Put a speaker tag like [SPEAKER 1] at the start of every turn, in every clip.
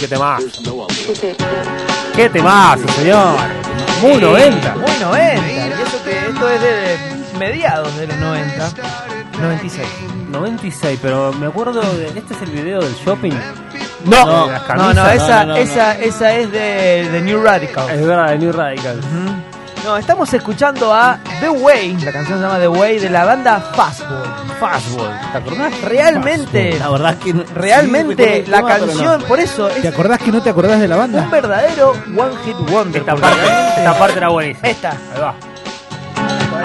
[SPEAKER 1] ¿Qué temazo?
[SPEAKER 2] Sí.
[SPEAKER 1] ¿Qué temazo, señor? Muy 90.
[SPEAKER 3] Muy 90. Y eso que esto es de mediados de los 90. 96.
[SPEAKER 1] 96, pero me acuerdo de... ¿Este es el video del shopping?
[SPEAKER 3] No,
[SPEAKER 1] No,
[SPEAKER 3] no,
[SPEAKER 1] las
[SPEAKER 3] no,
[SPEAKER 1] camisas, no,
[SPEAKER 3] esa,
[SPEAKER 4] no, Eh. no,
[SPEAKER 3] esa, esa es de, de New Radical.
[SPEAKER 1] Es verdad, de New Radical.
[SPEAKER 3] No, estamos escuchando a The Way, la canción se llama The Way, de la banda Fastball.
[SPEAKER 1] Fastball, ¿te acordás?
[SPEAKER 3] Realmente,
[SPEAKER 4] La verdad que no- sí, recuerdo
[SPEAKER 3] realmente
[SPEAKER 4] el
[SPEAKER 3] la
[SPEAKER 4] tema, pero no.
[SPEAKER 3] canción, por eso
[SPEAKER 4] ¿Te
[SPEAKER 3] es
[SPEAKER 4] acordás que no te acordás de la banda?
[SPEAKER 3] un verdadero One Hit Wonder.
[SPEAKER 1] Esta
[SPEAKER 3] porque
[SPEAKER 1] parte,
[SPEAKER 3] realmente-
[SPEAKER 1] esta parte era buenísima.
[SPEAKER 3] Esta.
[SPEAKER 1] Ahí va.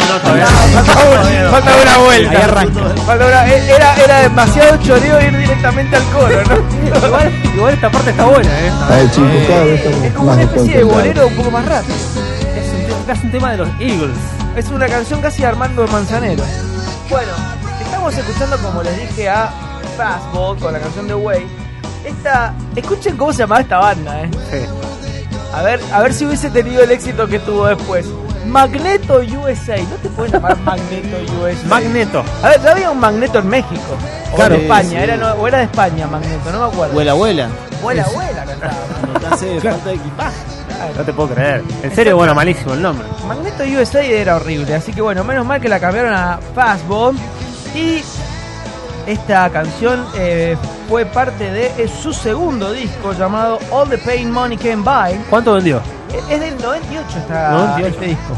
[SPEAKER 1] No, todavía
[SPEAKER 3] Falta una vuelta.
[SPEAKER 4] Ahí arranca.
[SPEAKER 3] Falta una- e- era, era demasiado choreo ir directamente al coro, ¿no? Igual,
[SPEAKER 1] Igual esta parte está buena, ¿eh?
[SPEAKER 5] Ay, chicos, cada vez
[SPEAKER 3] es
[SPEAKER 5] estamos
[SPEAKER 3] como una
[SPEAKER 5] más
[SPEAKER 3] especie de
[SPEAKER 5] desconcentrados.
[SPEAKER 3] bolero un poco más rápido.
[SPEAKER 1] Es un, tema- casi un tema de los Eagles.
[SPEAKER 3] Es una canción casi de Armando de Manzanero. Bueno, estamos escuchando, como les dije, a Fastball con la canción de Way. Esta. Escuchen cómo se llamaba esta banda, ¿eh? A ver, a ver si hubiese tenido el éxito que tuvo después. Magneto USA. No te puedes llamar Magneto USA.
[SPEAKER 1] Magneto.
[SPEAKER 3] A ver, ya había un Magneto en México. O
[SPEAKER 4] Claro.
[SPEAKER 3] en España.
[SPEAKER 4] Sí.
[SPEAKER 3] Era, no- o era de España Magneto, no me acuerdo.
[SPEAKER 4] Abuela, abuela.
[SPEAKER 3] Vuela, vuela, cantaba.
[SPEAKER 4] Te hace falta de equipaje.
[SPEAKER 1] No te puedo creer. En serio, bueno, malísimo el nombre.
[SPEAKER 3] Magneto USA era horrible, así que bueno, menos mal que la cambiaron a Fastball. Y esta canción eh, fue parte de eh, su segundo disco llamado All the Pain Money Can Buy. Eh,
[SPEAKER 1] ¿Cuánto vendió?
[SPEAKER 3] Es del 98 esta,
[SPEAKER 1] 98.
[SPEAKER 3] este disco.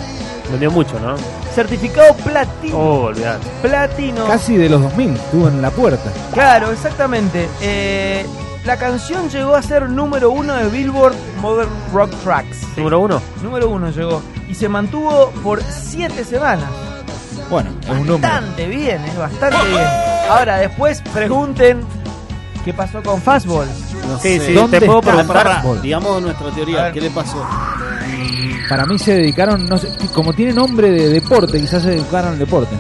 [SPEAKER 1] Vendió mucho, ¿no?
[SPEAKER 3] Certificado platino.
[SPEAKER 1] Oh, olvidate.
[SPEAKER 3] Platino.
[SPEAKER 4] Casi de los 2000, estuvo en la puerta.
[SPEAKER 3] Claro, exactamente. Eh, la canción llegó a ser número uno de Billboard Modern Rock Tracks.
[SPEAKER 1] Número uno.
[SPEAKER 3] Número uno llegó. Y se mantuvo por siete semanas.
[SPEAKER 4] Bueno, es un número.
[SPEAKER 3] Bastante bien, es bastante bien. Ahora, después pregunten qué pasó con Fastball.
[SPEAKER 4] No
[SPEAKER 1] Sí,
[SPEAKER 4] sé.
[SPEAKER 1] sí,
[SPEAKER 4] ¿Dónde
[SPEAKER 1] te puedo
[SPEAKER 4] está
[SPEAKER 1] preguntar-
[SPEAKER 4] Fastball?
[SPEAKER 6] Digamos nuestra
[SPEAKER 3] A
[SPEAKER 6] teoría,
[SPEAKER 3] ver.
[SPEAKER 6] ¿qué le pasó?
[SPEAKER 4] Para mí se dedicaron, no sé, como tiene nombre de deporte, quizás se dedicaron al deporte.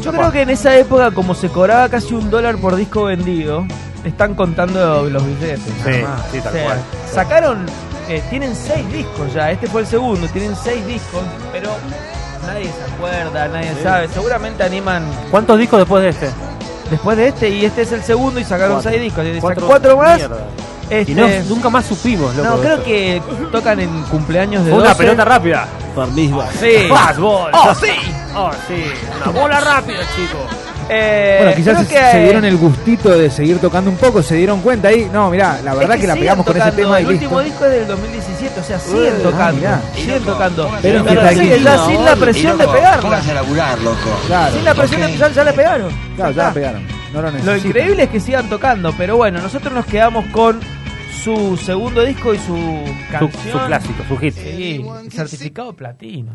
[SPEAKER 3] Yo creo que en esa época, como se cobraba casi un dólar por disco vendido, están contando los billetes. nada
[SPEAKER 1] Sí,
[SPEAKER 3] más.
[SPEAKER 1] sí, tal cual.
[SPEAKER 3] Sacaron, eh, tienen seis discos ya, este fue el segundo, tienen seis discos, pero nadie se acuerda, nadie sabe. Seguramente animan
[SPEAKER 1] ¿Cuántos discos después de este?
[SPEAKER 3] después de este y este es el segundo y sacaron seis discos. Y sacan Cuatro, más.
[SPEAKER 1] Mierda.
[SPEAKER 3] Este,
[SPEAKER 1] Y no, nunca más supimos, loco.
[SPEAKER 3] no,
[SPEAKER 1] de
[SPEAKER 3] creo
[SPEAKER 1] esto.
[SPEAKER 3] que tocan en cumpleaños de
[SPEAKER 1] Fue una
[SPEAKER 3] 12.
[SPEAKER 1] pelota rápida.
[SPEAKER 6] Farmisba.
[SPEAKER 3] Ah, Sí.
[SPEAKER 1] Fastball.
[SPEAKER 3] ¡Oh, sí!
[SPEAKER 1] Oh, sí. Una bola rápida, chicos.
[SPEAKER 3] Eh,
[SPEAKER 4] Bueno, quizás
[SPEAKER 3] creo
[SPEAKER 4] se,
[SPEAKER 3] que-
[SPEAKER 4] se dieron el gustito de seguir tocando un poco, se dieron cuenta ahí. No, mirá, la
[SPEAKER 3] Es
[SPEAKER 4] verdad que, la
[SPEAKER 3] siguen
[SPEAKER 4] pegamos con ese
[SPEAKER 3] tocando,
[SPEAKER 4] tema y
[SPEAKER 3] El
[SPEAKER 4] listo.
[SPEAKER 3] último disco es del 2017, o sea, siguen
[SPEAKER 4] ah,
[SPEAKER 3] tocando.
[SPEAKER 4] mirá.
[SPEAKER 3] siguen tocando.
[SPEAKER 4] Pero es que
[SPEAKER 3] Pero
[SPEAKER 4] está
[SPEAKER 3] siguen
[SPEAKER 4] aquí.
[SPEAKER 3] ya sin la presión de pegarla.
[SPEAKER 5] Pónganse a laburar, loco.
[SPEAKER 4] Claro,
[SPEAKER 3] Sin la presión de ya, ya la pegaron.
[SPEAKER 4] claro, ya la pegaron. No lo
[SPEAKER 3] Lo
[SPEAKER 4] necesitan.
[SPEAKER 3] increíble es que sigan tocando, pero bueno, nosotros nos quedamos con su segundo disco y su
[SPEAKER 1] Su,
[SPEAKER 3] canción.
[SPEAKER 1] su clásico, su hit.
[SPEAKER 3] Sí, certificado platino.